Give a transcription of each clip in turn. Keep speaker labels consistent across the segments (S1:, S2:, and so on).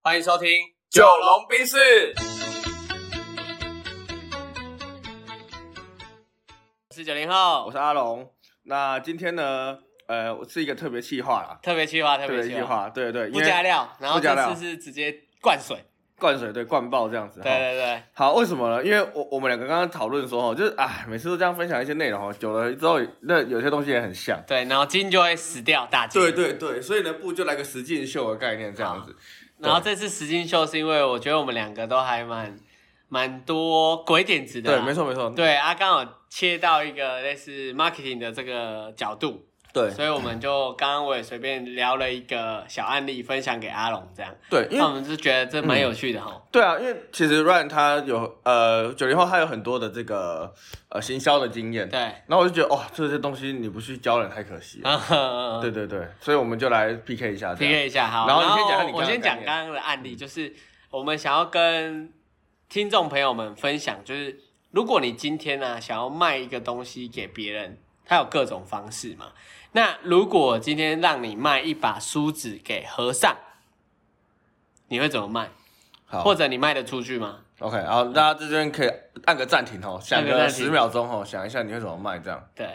S1: 欢迎收听《
S2: 九龙冰室，
S1: 我是九零后
S2: 我》，是阿龙。那今天呢，呃，我是一个特别企划啦，
S1: 特别计划，特
S2: 特
S1: 别
S2: 别
S1: 计
S2: 企
S1: 划，
S2: 划，对对，
S1: 不
S2: 因
S1: 加
S2: 为
S1: 料，然后
S2: 不
S1: 这
S2: 加料哦
S1: 次是直接灌水，
S2: 灌水对灌爆这样子。
S1: 对
S2: 哈
S1: 对对，
S2: 好，为什么呢？因为我我们两个刚刚讨论说，哦，就是啊，每次都这样分享一些内容哦，久了之后，那有些东西也很像。
S1: 对，然后金就会死掉大金，
S2: 对对对，所以呢，不如就来个实境秀的概念这样子。
S1: 然后这次实境秀是因为我觉得我们两个都还蛮蛮多鬼点子的啦，
S2: 对，没错没错，
S1: 对啊，刚好切到一个类似 marketing 的这个角度，
S2: 对
S1: 所以我们就刚刚我也随便聊了一个小案例分享给阿龙，这样，
S2: 对，因
S1: 那
S2: 为
S1: 我们就觉得这蛮有趣的哈。
S2: 对啊，因为其实 Ryan 他有呃九零后，他有很多的这个呃行销的经验。
S1: 对，
S2: 然后我就觉得，哦，这些东西你不去教人太可惜了。啊对对对，所以我们就来 PK 一下这样。
S1: ，PK 一下哈。
S2: 然后你先讲一下你刚刚的
S1: 我先讲
S2: 概念
S1: 刚刚的案例，就是我们想要跟听众朋友们分享，就是如果你今天呢、想要卖一个东西给别人，它有各种方式嘛。那如果今天让你卖一把梳子给和尚，你会怎么卖？
S2: 好，
S1: 或者你卖得出去吗？
S2: OK，好，大家这边可以按个暂停哦，想
S1: 按个
S2: 个
S1: 暂停
S2: 十秒钟哦，想一下你会怎么卖这样。
S1: 对。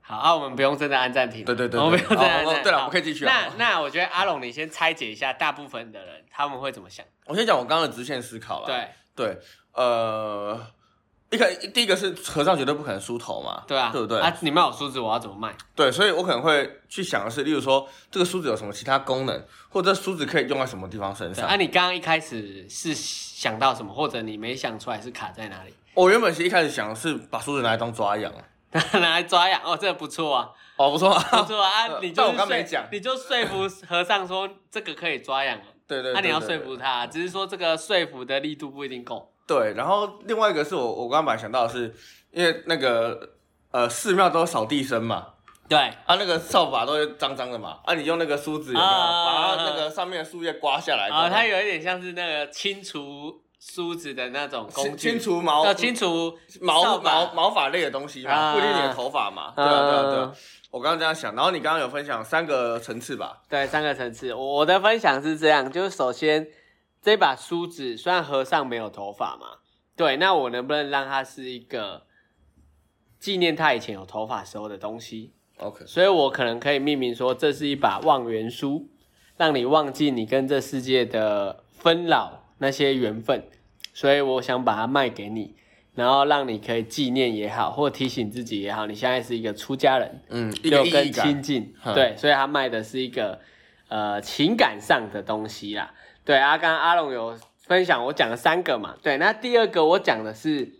S1: 好，啊，我们不用真的按暂停。
S2: 对对对对
S1: 我们不用真的按
S2: 好
S1: 暂停。
S2: 对了
S1: 好
S2: 我们可以继续啊
S1: 那那我觉得阿龙，你先拆解一下大部分的人他们会怎么想。
S2: 我先讲我刚刚的直线思考啦。
S1: 对
S2: 对，呃，一开第一个是和尚绝对不可能梳头嘛，
S1: 对啊，
S2: 对不对？
S1: 啊，你卖我梳子，我要怎么卖？
S2: 对，所以我可能会去想的是，例如说这个梳子有什么其他功能，或者这梳子可以用在什么地方身
S1: 对
S2: 上。
S1: 啊，你刚刚一开始是想到什么，或者你没想出来是卡在哪里？
S2: 我原本是一开始想的是把梳子拿来当抓痒，
S1: 拿来抓痒哦，这个不错 啊，
S2: 哦，不错啊，
S1: 不错啊，啊
S2: 呃
S1: 你就
S2: 但
S1: 是
S2: 我刚
S1: 说
S2: 没讲
S1: 你就说服和尚说这个可以抓痒啊，
S2: 对对对
S1: 那你要
S2: 对
S1: 说
S2: 对
S1: 服他，只是说这个说服的力度不一定够。
S2: 对，然后另外一个是我我刚刚本来想到的是，因为那个呃寺庙都有扫地僧嘛，
S1: 对，
S2: 啊那个扫把都会脏脏的嘛，啊你用那个梳子有没有、
S1: 啊
S2: 把它那个上面的树叶刮下来？
S1: 啊，它有一点像是那个清除梳子的那种工
S2: 清
S1: 具，
S2: 清除毛
S1: 要清除扫
S2: 毛
S1: 把
S2: 毛毛发类的东西嘛，
S1: 啊
S2: 不一定你的头发嘛，对啊对啊对
S1: 嗯
S2: 啊。我刚刚这样想，然后你刚刚有分享三个层次吧？
S1: 对，三个层次。我我的分享是这样，就是首先这把梳子，虽然和尚没有头发嘛，对，那我能不能让它是一个纪念他以前有头发时候的东西？
S2: OK，
S1: 所以我可能可以命名说，这是一把忘缘梳，让你忘记你跟这世界的纷扰那些缘分。所以我想把它卖给你，然后让你可以纪念也好，或提醒自己也好，你现在是一个出家人。
S2: 嗯，一
S1: 有
S2: 个
S1: 更
S2: 意义
S1: 亲
S2: 感，
S1: 近，
S2: 嗯
S1: 对，所以他卖的是一个呃情感上的东西啦。对啊，刚刚阿龙有分享，我讲了三个嘛，对，那第二个我讲的是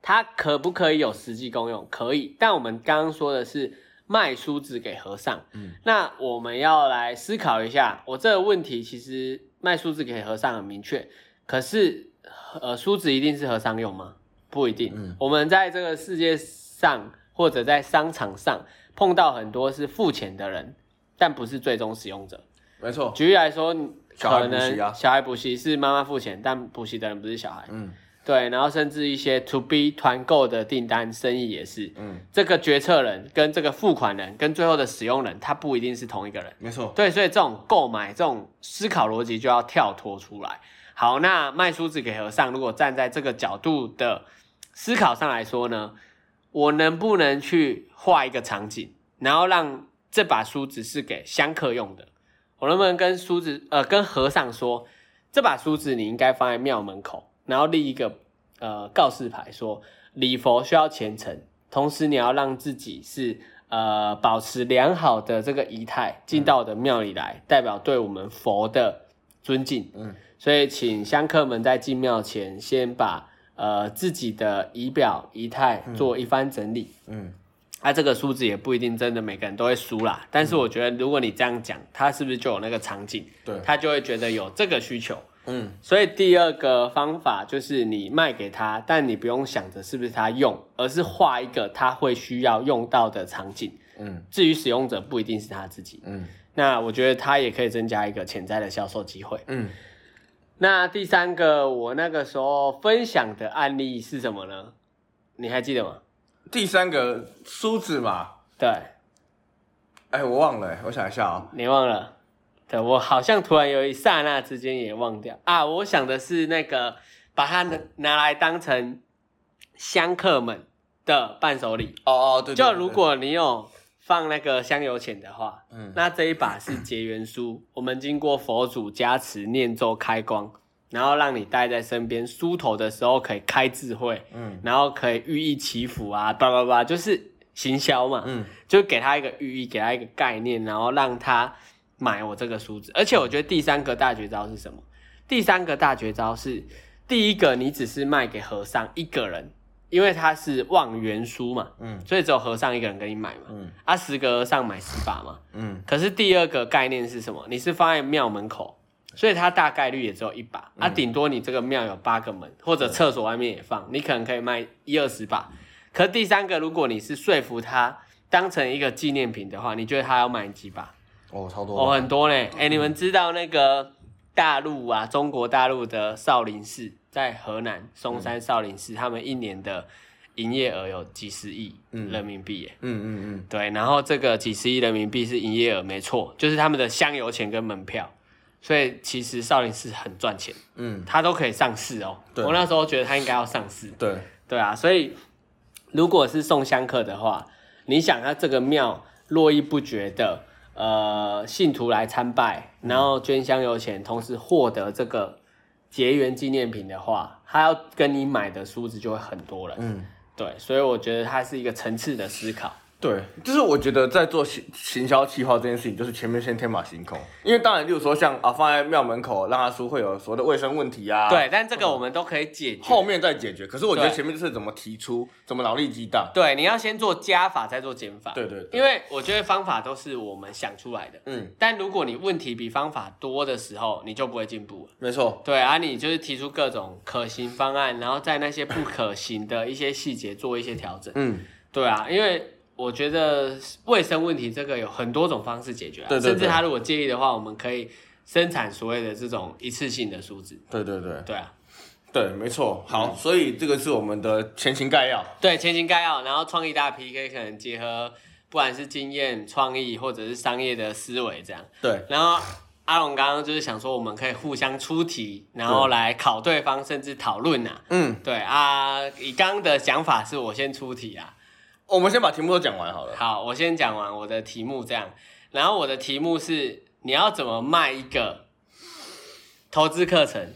S1: 它可不可以有实际功用？可以，但我们刚刚说的是卖梳子给和尚，
S2: 嗯，
S1: 那我们要来思考一下，我这个问题其实卖梳子给和尚很明确，可是呃梳子一定是和尚用吗？不一定，
S2: 嗯
S1: 我们在这个世界上或者在商场上碰到很多是付钱的人，但不是最终使用者。
S2: 没错，
S1: 举例来说，
S2: 小孩
S1: 可
S2: 补习啊
S1: 能小孩补习是妈妈付钱，但补习的人不是小孩。
S2: 嗯
S1: 对，然后甚至一些 to B 团购的订单生意也是，
S2: 嗯，
S1: 这个决策人跟这个付款人跟最后的使用人，他不一定是同一个人。
S2: 没错，
S1: 对，所以这种购买这种思考逻辑就要跳脱出来。好，那卖梳子给和尚，如果站在这个角度的思考上来说呢，我能不能去画一个场景，然后让这把梳子是给香客用的？我能不能跟梳子呃跟和尚说，这把梳子你应该放在庙门口，然后立一个呃告示牌说礼佛需要虔诚，同时你要让自己是呃保持良好的这个仪态，进到我的庙里来，代表对我们佛的尊敬。
S2: 嗯，
S1: 所以请香客们在进庙前先把呃自己的仪表仪态做一番整理。
S2: 嗯，
S1: 啊，这个梳子也不一定真的每个人都会梳啦，但是我觉得如果你这样讲，他是不是就有那个场景，
S2: 对，
S1: 他就会觉得有这个需求。
S2: 嗯
S1: 所以第二个方法就是你卖给他，但你不用想着是不是他用，而是画一个他会需要用到的场景。
S2: 嗯
S1: 至于使用者不一定是他自己，
S2: 嗯
S1: 那我觉得他也可以增加一个潜在的销售机会。
S2: 嗯，
S1: 那第三个，我那个时候分享的案例是什么呢？你还记得吗？
S2: 第三个梳子嘛，
S1: 对，
S2: 哎，我忘了，我想一下啊、
S1: 你忘了。对我好像突然有一刹那之间也忘掉啊，我想的是那个把它拿拿来当成香客们的伴手礼。
S3: 哦哦，对，对
S1: 就
S3: 对
S1: 如
S3: 对
S1: 果你有放那个香油钱的话，
S3: 嗯，
S1: 那这一把是结缘 书，我们经过佛祖加持念咒开光，然后让你带在身边，梳头的时候可以开智慧，
S3: 嗯
S1: 然后可以寓意祈福啊，叭叭叭，就是行销嘛，
S3: 嗯
S1: 就给他一个寓意，给他一个概念，然后让他买我这个梳子。而且我觉得第三个大绝招是什么？第三个大绝招是，第一个你只是卖给和尚一个人，因为它是望缘书嘛，
S3: 嗯
S1: 所以只有和尚一个人跟你买嘛，
S3: 嗯
S1: 啊，十个和尚买十把嘛。
S3: 嗯
S1: 可是第二个概念是什么？你是放在庙门口，所以它大概率也只有一把，啊，顶多你这个庙有八个门，或者厕所外面也放，你可能可以卖一二十把。可第三个，如果你是说服他当成一个纪念品的话，你觉得他要买几把？
S3: 哦，超多
S1: 哦，很多嘞。哎、你们知道那个大陆啊，中国大陆的少林寺在河南嵩山少林寺，他们一年的营业额有几十亿
S3: 嗯
S1: 人民币耶。
S3: 嗯嗯
S1: 对，然后这个几十亿人民币是营业额，没错，就是他们的香油钱跟门票，所以其实少林寺很赚钱，
S3: 嗯嗯，
S1: 它都可以上市哦。
S3: 对
S1: 我那时候觉得它应该要上市，
S3: 对，
S1: 对啊，所以如果是送香客的话，你想他这个庙络绎不绝的呃信徒来参拜，然后捐香油钱，同时获得这个结缘纪念品的话，他要跟你买的梳子就会很多了。
S3: 嗯。
S1: 对，所以我觉得它是一个层次的思考。
S2: 对，就是我觉得在做行行销企划这件事情，就是前面先天马行空，因为当然，例如说像啊放在庙门口让他输会有所谓的卫生问题啊，，
S1: 对，但这个我们都可以解决。
S2: 后面再解决。可是我觉得
S1: 对
S2: 前面就是怎么提出，怎么脑力激荡，
S1: 对，你要先做加法，再做减法。
S2: 对对对
S1: 因为我觉得方法都是我们想出来的，
S2: 嗯，
S1: 但如果你问题比方法多的时候，你就不会进步了。
S2: 没错，
S1: 对啊，你就是提出各种可行方案，然后在那些不可行的一些细节做一些调整。
S2: 嗯，
S1: 对啊，因为我觉得卫生问题这个有很多种方式解决、啊，
S2: 对对对
S1: 甚至他如果介意的话，我们可以生产所谓的这种一次性的梳子。
S2: 对对对
S1: 对啊，
S2: 对，没错。好，所以这个是我们的前情概要，
S1: 对，前情概要，然后创意大 PK 可能结合不管是经验、创意或者是商业的思维这样。
S2: 对
S1: 然后阿龙刚刚就是想说，我们可以互相出题，然后来考对方，甚至讨论呐。
S2: 嗯，
S1: 对啊，以刚刚的想法是我先出题啊。
S2: 我们先把题目都讲完好了。
S1: 好，我先讲完我的题目这样，然后我的题目是你要怎么卖一个投资课程，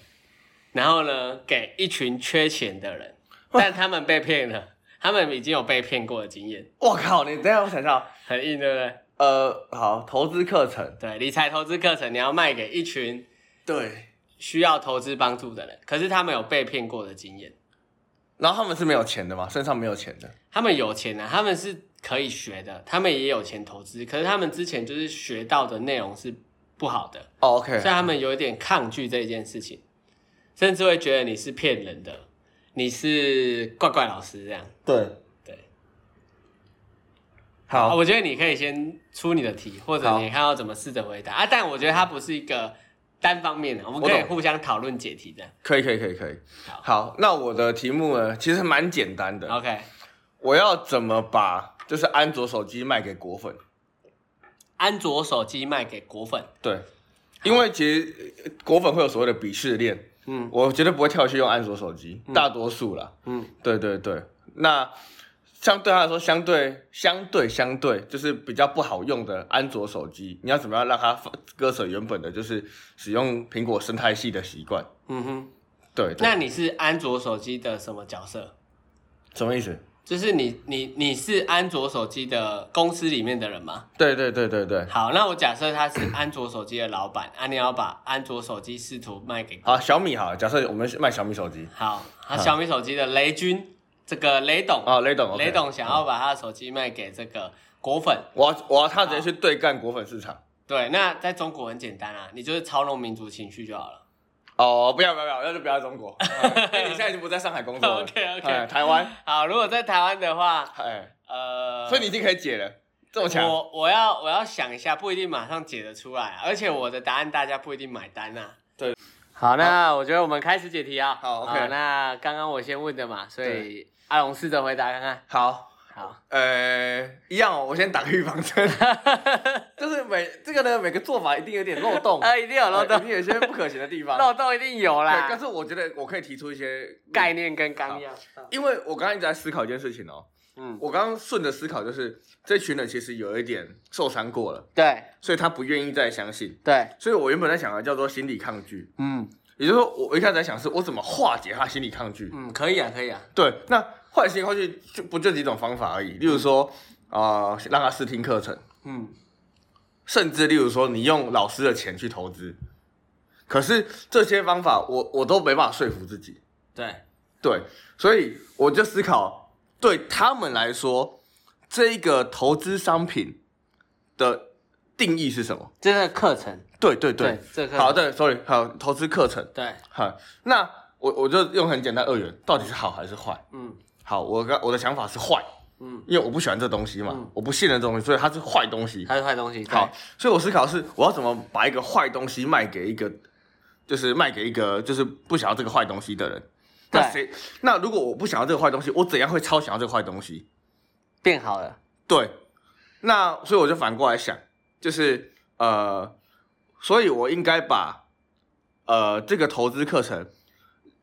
S1: 然后呢给一群缺钱的人，但他们被骗了，他们已经有被骗过的经验，
S2: 我靠，你等一下啊我想想，
S1: 很硬对不对？
S2: 呃，好，投资课程，
S1: 对，理财投资课程你要卖给一群
S2: 对，
S1: 需要投资帮助的人，可是他们有被骗过的经验，
S2: 然后他们是没有钱的嘛，身上没有钱的，
S1: 他们有钱啊，他们是可以学的，他们也有钱投资，可是他们之前就是学到的内容是不好的，
S2: 哦，OK，
S1: 所以他们有一点抗拒这件事情，甚至会觉得你是骗人的，你是怪怪老师这样。
S2: 对
S1: 对，啊，
S2: 好，
S1: 我觉得你可以先出你的题，或者
S2: 好
S1: 你看要怎么试着回答啊。但我觉得它不是一个单方面的，我们
S2: 我
S1: 可以
S2: 懂
S1: 互相讨论解题这样。
S2: 可以可以可以可以
S1: 好，
S2: 好，那我的题目呢，其实蛮简单的，
S1: OK，
S2: 我要怎么把就是安卓手机卖给果粉？
S1: 安卓手机卖给果粉，
S2: 对，因为其实呃果粉会有所谓的鄙视链，
S1: 嗯
S2: 我绝对不会跳去用安卓手机，大多数啦，
S1: 嗯，
S2: 对对对，那相对他来说，相对相对相对就是比较不好用的安卓手机，你要怎么样让它放割舍原本的就是使用苹果生态系的习惯？
S1: 嗯哼，
S2: 对对
S1: 那你是安卓手机的什么角色？
S2: 什么意思？
S1: 就是你你你是安卓手机的公司里面的人吗？
S2: 对对对对对，
S1: 好，那我假设他是安卓手机的老板，啊，你要把安卓手机试图卖给
S2: 好，小米好了，假设我们是卖小米手机
S1: 好，啊，小米手机的雷军这个雷董，
S2: 啊，雷董，
S1: 雷，董想要把他的手机卖给这个果粉，
S2: 我要我要他直接去对干果粉市场。
S1: 对，那在中国很简单啊，你就是操弄民族情绪就好了。
S2: 哦，不要不要不要，那就不 要中国，哎因为你现在已经不在上海工作了
S1: OK，OK
S2: 哎台湾，
S1: 好，如果在台湾的话，
S2: 哎，
S1: 呃，
S2: 所以你已经可以解了，这么强，
S1: 我我要我要想一下，不一定马上解得出来啊，而且我的答案大家不一定买单呐、啊。
S2: 对，
S1: 好，那我觉得我们开始解题啊。
S2: 好，OK
S1: 那刚刚我先问的嘛，所以阿龙试着回答看看。
S2: 好，
S1: 好，
S2: 呃，一样、哦，我先打个预防 针，就是每这个呢，每个做法一定有点漏洞，哎
S1: 呃，一定有漏
S2: 一
S1: 洞，
S2: 定有些不可行的地 方。
S1: 漏洞啊一定有
S2: 对，但
S1: 啦，
S2: 是我觉得我可以提出一些
S1: 概，念跟纲要，
S2: 因为我刚刚一直在思考一件事情哦，
S1: 嗯，
S2: 我刚刚顺着思考，就是这群人其实有一点受伤过了，
S1: 对
S2: 所以他不愿意再相信，
S1: 对，
S2: 所以我原本在想的叫做心理抗拒，
S1: 嗯
S2: 也就是说，我一开始在想是我怎么化解他心理抗拒，
S1: 嗯，可以啊，可以啊，
S2: 对，那化解心理抗拒就不就几种方法而已，例如说啊、呃让他试听课程。
S1: 嗯，
S2: 甚至例如说你用老师的钱去投资，可是这些方法我我都没办法说服自己，
S1: 对，
S2: 对，所以我就思考，对他们来说，这一个投资商品的定义是什么？
S1: 这个课程，
S2: 对对
S1: 对
S2: 对，，
S1: 这个
S2: 好，对，sorry，好，投资课程，
S1: 对，
S2: 好，那我我就用很简单二元，到底是好还是坏？
S1: 嗯
S2: 好，我刚我的想法是坏，
S1: 嗯，
S2: 因为我不喜欢这东西嘛，
S1: 嗯
S2: 我不信任这东西，所以它是坏东西。
S1: 它是坏东西，对
S2: 好，，所以我思考的是我要怎么把一个坏东西卖给一个，就是卖给一个就是不想要这个坏东西的人。
S1: 对
S2: 那谁？那如果我不想要这个坏东西，我怎样会超想要这个坏东西？
S1: 变好了，
S2: 对，那所以我就反过来想，就是呃，所以我应该把呃这个投资课程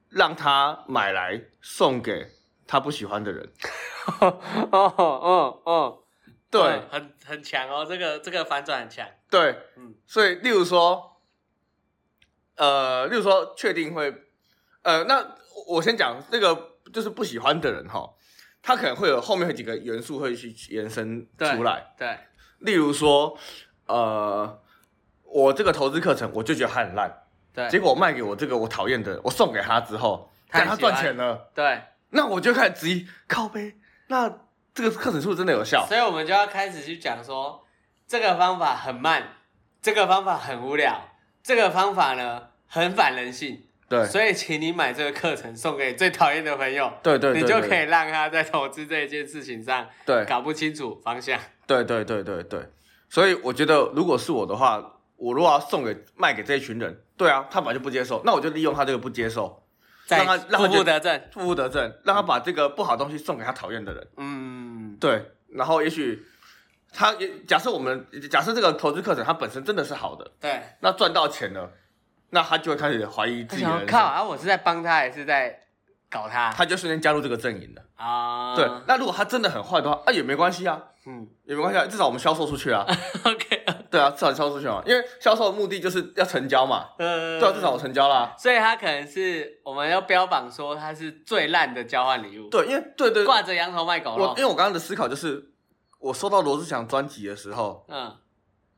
S2: 让他买来送给他不喜欢的人。
S1: 哦哦哦，
S2: 对、
S1: 嗯很很强哦，这个这个反转很强，
S2: 对，
S1: 嗯
S2: 所以，例如说，呃，例如说，确定会，呃，那我我先讲那个，就是不喜欢的人哈，他可能会有后面有几个元素会去延伸
S1: 对
S2: 出来，
S1: 对，
S2: 例如说，呃，我这个投资课程我就觉得它很烂，
S1: 对，
S2: 结果我卖给我这个我讨厌的人，我送给他之后，
S1: 他
S2: 但
S1: 很
S2: 他
S1: 喜欢
S2: 赚钱了，
S1: 对，
S2: 那我就开始质疑，靠呗，那这个课程是不是真的有效？
S1: 所以我们就要开始去讲说，这个方法很慢，这个方法很无聊，这个方法呢很反人性，
S2: 对，
S1: 所以请你买这个课程送给最讨厌的朋友，
S2: 对对对，
S1: 你就
S2: 对
S1: 可以让他在投资这一件事情上
S2: 对，
S1: 搞不清楚方向。
S2: 对对对对对，所以我觉得如果是我的话，我如果要送给卖给这一群人，对啊，他本来就不接受，那我就利用他这个不接受，
S1: 再
S2: 让他让
S1: 负
S2: 他觉
S1: 负
S2: 得
S1: 得正，
S2: 负负得正，让他把这个不好的东西送给他讨厌的人。
S1: 嗯，
S2: 对，然后也许他也假设我们假设这个投资课程它本身真的是好的，
S1: 对。
S2: 那赚到钱了，那他就会开始怀疑
S1: 他
S2: 自己
S1: 想
S2: 的
S1: 要
S2: 人
S1: 靠
S2: 生，
S1: 啊，我是在帮他还是在搞他
S2: 他就瞬间加入这个阵营了。
S1: 啊？
S2: 对，那如果他真的很坏的话，啊也没关系啊，
S1: 嗯
S2: 也没关系啊，至少我们销售出去 啊，
S1: ，OK，
S2: 对啊，至少销售出去嘛，因为销售的目的就是要成交嘛。
S1: 呃，
S2: 对啊，至少我成交啦、
S1: 所以他可能是我们要标榜说他是最烂的交换礼物，
S2: 对，因为对对，
S1: 挂着羊头卖狗
S2: 我
S1: 肉
S2: 因为。我刚刚的思考就是，我收到罗志祥专辑的时候，
S1: 嗯，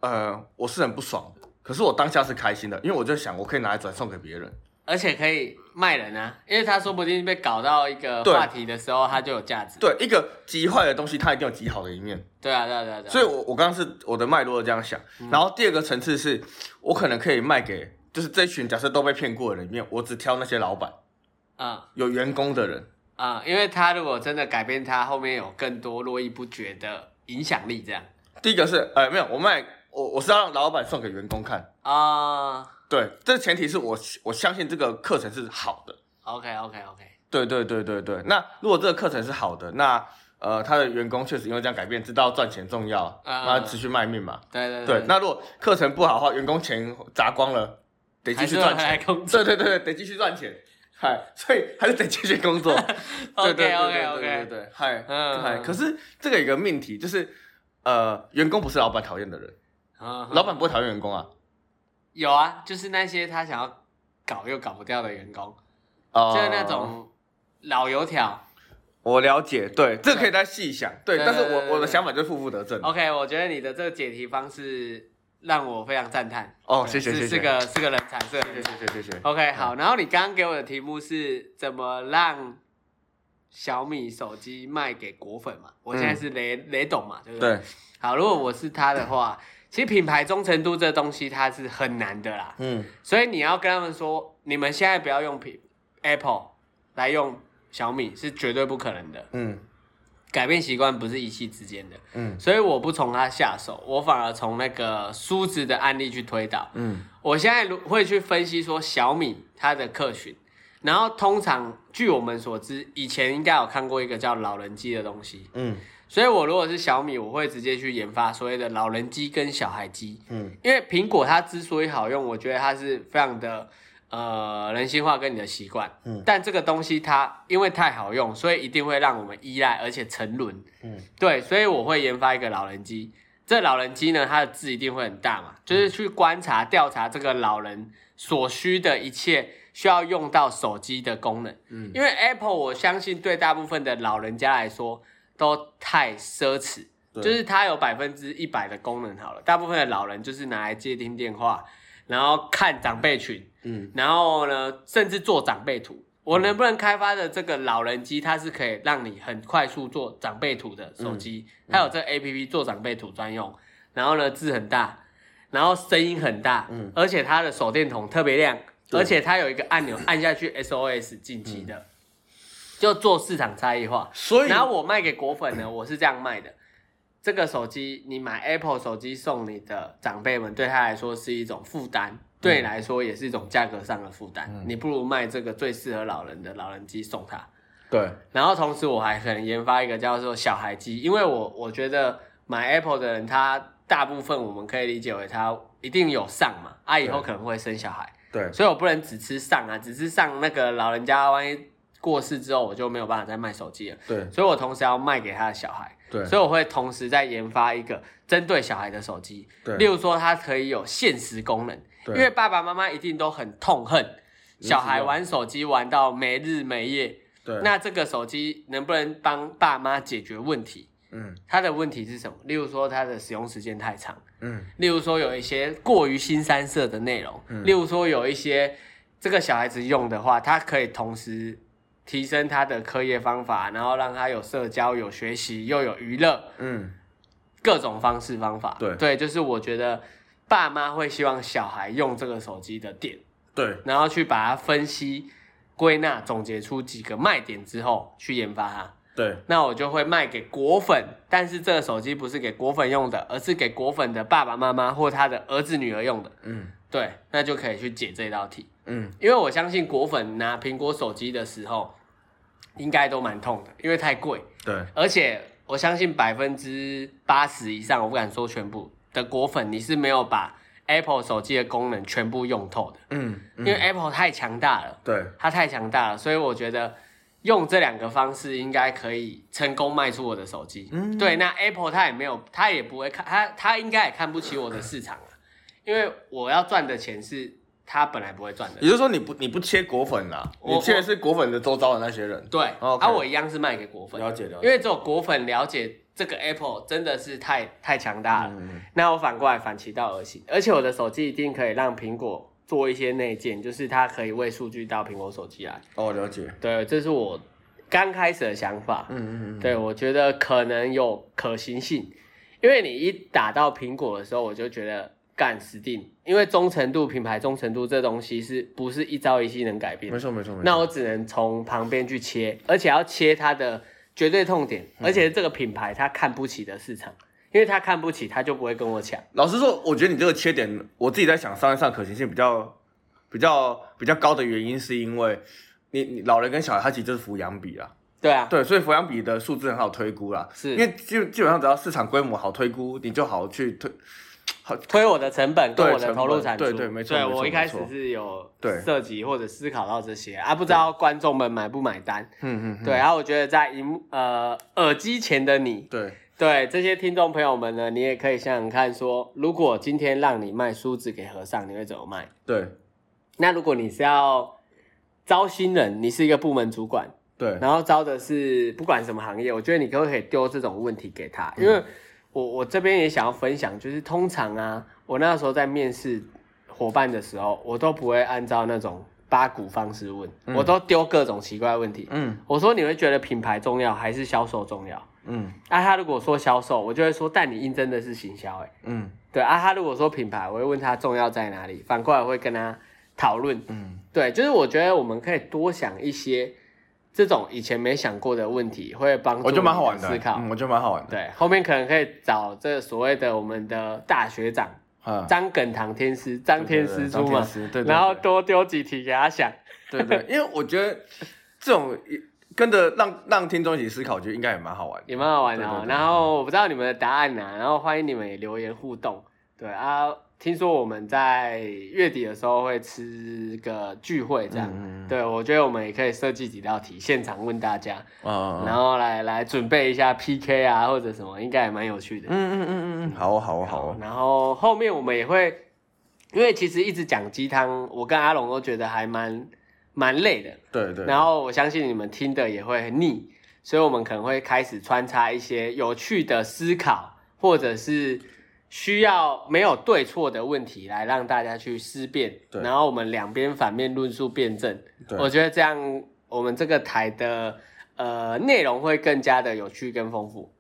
S2: 呃，我是很不爽的，可是我当下是开心的，因为我就想我可以拿来转送给别人。
S1: 而且可以卖人啊，因为他说不定被搞到一个
S2: 对
S1: 话题的时候，他就有价值。
S2: 对，一个极坏的东西，它一定有极好的一面，
S1: 对啊，对嗯啊，对啊，对啊。
S2: 所以我我刚刚是我的脉络是这样想。然后第二个层次是，我可能可以卖给，就是这群假设都被骗过的人里面，我只挑那些老板
S1: 嗯
S2: 有员工的人。
S1: 嗯，因为他如果真的改变他，后面有更多络绎不绝的影响力，这样
S2: 第一个是，呃，没有，我卖我我是要让老板送给员工看。
S1: 啊。
S2: 对，这前提是我我相信这个课程是好的。
S1: OK，OK，OK。
S2: 对对对对对，那如果这个课程是好的，那呃，他的员工确实因为这样改变，知道赚钱重要，
S1: 嗯
S2: 那持续卖命嘛。
S1: 对对
S2: 对，那如果课程不好的话，员工钱砸光了，得继
S1: 还
S2: 续
S1: 是
S2: 赚
S1: 回来
S2: 钱。
S1: 工作。
S2: 对对对，对得继续赚钱。嗨， 所以还是得继续工 作。对对对
S1: OK，OK，OK
S2: 对对对对对，嗨
S1: 嗯
S2: 嗨。
S1: 嗯
S2: 可是这个有一个命题，就是呃，员工不是老板讨厌的人，
S1: 嗯
S2: 老板不会讨厌员工啊。
S1: 有啊，就是那些他想要搞又搞不掉的员工，
S2: 哦
S1: 就是那种老油条。
S2: 我了解，对，这个可以再细想。对，
S1: 对
S2: 但是
S1: 对对哦
S2: 我我的
S1: 对
S2: 想法就是负负得正。
S1: OK，我觉得你的这个解题方式让我非常赞叹。
S2: 哦，谢谢
S1: 是
S2: 谢谢，
S1: 是个哦是个人才，是个人
S2: 谢嗯
S1: 才。
S2: 谢谢谢谢谢。
S1: OK，好，然后你刚刚给我的题目是怎么让小米手机卖给果粉嘛？我现在是雷、雷董嘛，对不对？
S2: 嗯对，
S1: 好，如果我是他的话，其实品牌忠诚度这东西它是很难的啦。
S2: 嗯，
S1: 所以你要跟他们说，你们现在不要用苹 Apple 来用小米是绝对不可能的，
S2: 嗯
S1: 改变习惯不是一夕之间的。
S2: 嗯
S1: 所以我不从它下手，我反而从那个梳子的案例去推导。
S2: 嗯
S1: 我现在如会去分析说小米它的客群，然后通常据我们所知，以前应该有看过一个叫老人机的东西，
S2: 嗯
S1: 所以我如果是小米，我会直接去研发所谓的老人机跟小孩机，
S2: 嗯，
S1: 因为苹果它之所以好用，我觉得它是非常的呃人性化跟你的习惯。
S2: 嗯
S1: 但这个东西它因为太好用，所以一定会让我们依赖，而且沉沦。
S2: 嗯，
S1: 对，所以我会研发一个老人机。这老人机呢，它的字一定会很大嘛，就是去观察、调查这个老人所需的一切需要用到手机的功能。
S2: 嗯，
S1: 因为 Apple 我相信对大部分的老人家来说都太奢侈，
S2: 对
S1: 就是它有百分之一百的功能好了，大部分的老人就是拿来接听电话，然后看长辈群，
S2: 嗯，
S1: 然后呢，甚至做长辈图。我能不能开发的这个老人机，它是可以让你很快速做长辈图的手
S2: 嗯
S1: 机，它有这个 A P P 做长辈图专用，然后呢字很大，然后声音很大，
S2: 嗯
S1: 而且它的手电筒特别亮，
S2: 对嗯
S1: 而且它有一个按钮按下去 S O S 晋级的，就做市场差异化。
S2: 所以
S1: 然后我卖给果粉呢，我是这样卖的。这个手机，你买 Apple 手机送你的长辈们，对他来说是一种负
S2: 嗯
S1: 担，对你来说也是一种价格上的负担。你不如卖这个最适合老人的老人机送他。
S2: 对，
S1: 然后同时我还可能研发一个叫做小孩机，因为我我觉得买 Apple 的人，他大部分我们可以理解为他一定有上嘛，啊以后可能会生小孩，
S2: 对，
S1: 所以我不能只吃上啊，只吃上那个老人家万一过世之后，我就没有办法再卖手机了。
S2: 对，
S1: 所以我同时要卖给他的小孩，
S2: 对，
S1: 所以我会同时在研发一个针对小孩的手机，
S2: 对
S1: 例如说它可以有限时功能，因
S2: 对
S1: 为爸爸妈妈一定都很痛恨
S2: 有
S1: 小孩
S2: 时候
S1: 玩手机玩到没日没夜，
S2: 对，
S1: 那这个手机能不能帮爸妈解决问题？
S2: 嗯
S1: 它的问题是什么？例如说它的使用时间太长，
S2: 嗯
S1: 例如说有一些过于新三色的内容，
S2: 嗯
S1: 例如说有一些这个小孩子用的话，他可以同时提升他的课业方法，然后让他有社交、有学习，又有娱乐，
S2: 嗯，
S1: 各种方式方法。
S2: 对
S1: 对，就是我觉得爸妈会希望小孩用这个手机的点，
S2: 对，
S1: 然后去把它分析、归纳、总结出几个卖点之后，去研发它。
S2: 对，
S1: 那我就会卖给果粉，但是这个手机不是给果粉用的，而是给果粉的爸爸妈妈或他的儿子女儿用的。
S2: 嗯
S1: 对，那就可以去解这道题，
S2: 嗯，
S1: 因为我相信果粉拿苹果手机的时候，应该都蛮痛的，因为太贵，
S2: 对，
S1: 而且我相信百分之八十以上，我不敢说全部的果粉，你是没有把 Apple 手机的功能全部用透的，
S2: 嗯，
S1: 因为 Apple 太强大了。
S2: 对，
S1: 它太强大了，所以我觉得用这两个方式应该可以成功卖出我的手机。
S2: 嗯
S1: 对，那 Apple 它也没有，它也不会看，它它应该也看不起我的市场啊，因为我要赚的钱是它本来不会赚的
S2: 也。就是说你不你不切果粉啦，
S1: 我
S2: 你切的是果粉的周遭的那些人。
S1: 对，
S2: 哦 OK
S1: 啊，我一样是卖给果粉，
S2: 了解了解
S1: 因为只有果粉了解这个 Apple 真的是太太强大了。
S2: 嗯，
S1: 那我反过来反其道而行，而且我的手机一定可以让苹果做一些内建，就是它可以喂数据到苹果手机啊来。
S2: 哦，了解。
S1: 对，这是我刚开始的想法。
S2: 嗯嗯嗯，
S1: 对，我觉得可能有可行性，因为你一打到苹果的时候，我就觉得干死定，因为忠诚度、品牌忠诚度这东西是不是一朝一夕能改变
S2: 没？错没错没错。
S1: 那我只能从旁边去切，而且要切它的绝对痛点，
S2: 嗯
S1: 而且这个品牌它看不起的市场，因为它看不起，它就不会跟我抢。
S2: 老实说，我觉得你这个缺点，我自己在想商业上可行性比较比较比较高的原因，是因为你你老人跟小孩他其实就是抚养比啦，
S1: 对啊，
S2: 对，所以抚养比的数字很好推估啦，
S1: 是
S2: 因为基基本上只要市场规模好推估，你就好去推好
S1: 推我的成本跟
S2: 对
S1: 我的投入产出，
S2: 成本对对没错
S1: 对
S2: 没错
S1: 我一开始
S2: 没错
S1: 是有
S2: 对
S1: 涉及或者思考到这些啊，不知道观众们买不买单。
S2: 嗯嗯嗯
S1: 对，然后我觉得在荧幕呃耳机前的你，
S2: 对
S1: 对这些听众朋友们呢，你也可以想想看说如果今天让你卖梳子给和尚，你会怎么卖？
S2: 对
S1: 那如果你是要招新人，你是一个部门主管，
S2: 对
S1: 然后招的是不管什么行业，我觉得你可不可以丢这种问题给他？
S2: 嗯
S1: 因为我我这边也想要分享，就是通常啊，我那时候在面试伙伴的时候，我都不会按照那种八股方式问，我都丢各种奇怪的问题。
S2: 嗯
S1: 我说你会觉得品牌重要还是销售重要？
S2: 嗯
S1: 啊，他如果说销售，我就会说，但你应征的是行销、欸，
S2: 嗯
S1: 对啊，他如果说品牌，我会问他重要在哪里，反过来我会跟他讨论。
S2: 嗯，
S1: 对，就是我觉得我们可以多想一些这种以前没想过的问题，会帮助
S2: 我觉得哦蛮好玩
S1: 你
S2: 的，
S1: 思考。
S2: 嗯我觉得蛮好玩的，
S1: 对，后面可能可以找这所谓的我们的大学长
S2: 啊，
S1: 张耿堂天师张天师出嘛，
S2: 对对对对对对对
S1: 然后多丢几题给他想。
S2: 对对，因为我觉得这种跟着让让听众一起思考，我觉得应该也蛮好玩的。
S1: 也蛮好玩的哦
S2: 对。对对
S1: 然后我不知道你们的答案呐、啊然后欢迎你们也留言互动。对啊，听说我们在月底的时候会吃个聚会，这样。
S2: 嗯嗯嗯
S1: 对，我觉得我们也可以设计几道题，现场问大家，
S2: 啊啊
S1: 然
S2: 啊
S1: 后来来准备一下 PK 啊或者什么，应该也蛮有趣的。
S2: 嗯嗯嗯嗯嗯，好哦好哦好哦，
S1: 然后后面我们也会，因为其实一直讲鸡汤，我跟阿龙都觉得还蛮蛮累的。
S2: 对对，
S1: 然后我相信你们听的也会很腻，所以我们可能会开始穿插一些有趣的思考，或者是需要没有对错的问题来让大家去思辨，
S2: 对
S1: 然后我们两边反面论述辩证。
S2: 对
S1: 我觉得这样我们这个台的呃内容会更加的有趣跟丰富。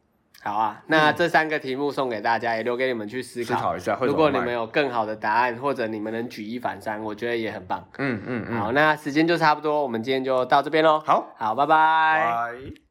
S1: 好啊，那这三个题目送给大家，也留给你们去思
S2: 嗯思
S1: 考。
S2: 考一下会
S1: 如
S2: 怎
S1: 果
S2: 么
S1: 你们
S2: 卖。
S1: 有更好的答案，或者你们能举一反三，我觉得也很棒。
S2: 嗯嗯嗯，
S1: 好，那时间就差不多，我们今天就到这边喽。
S2: 好，
S1: 好，拜拜
S2: 拜。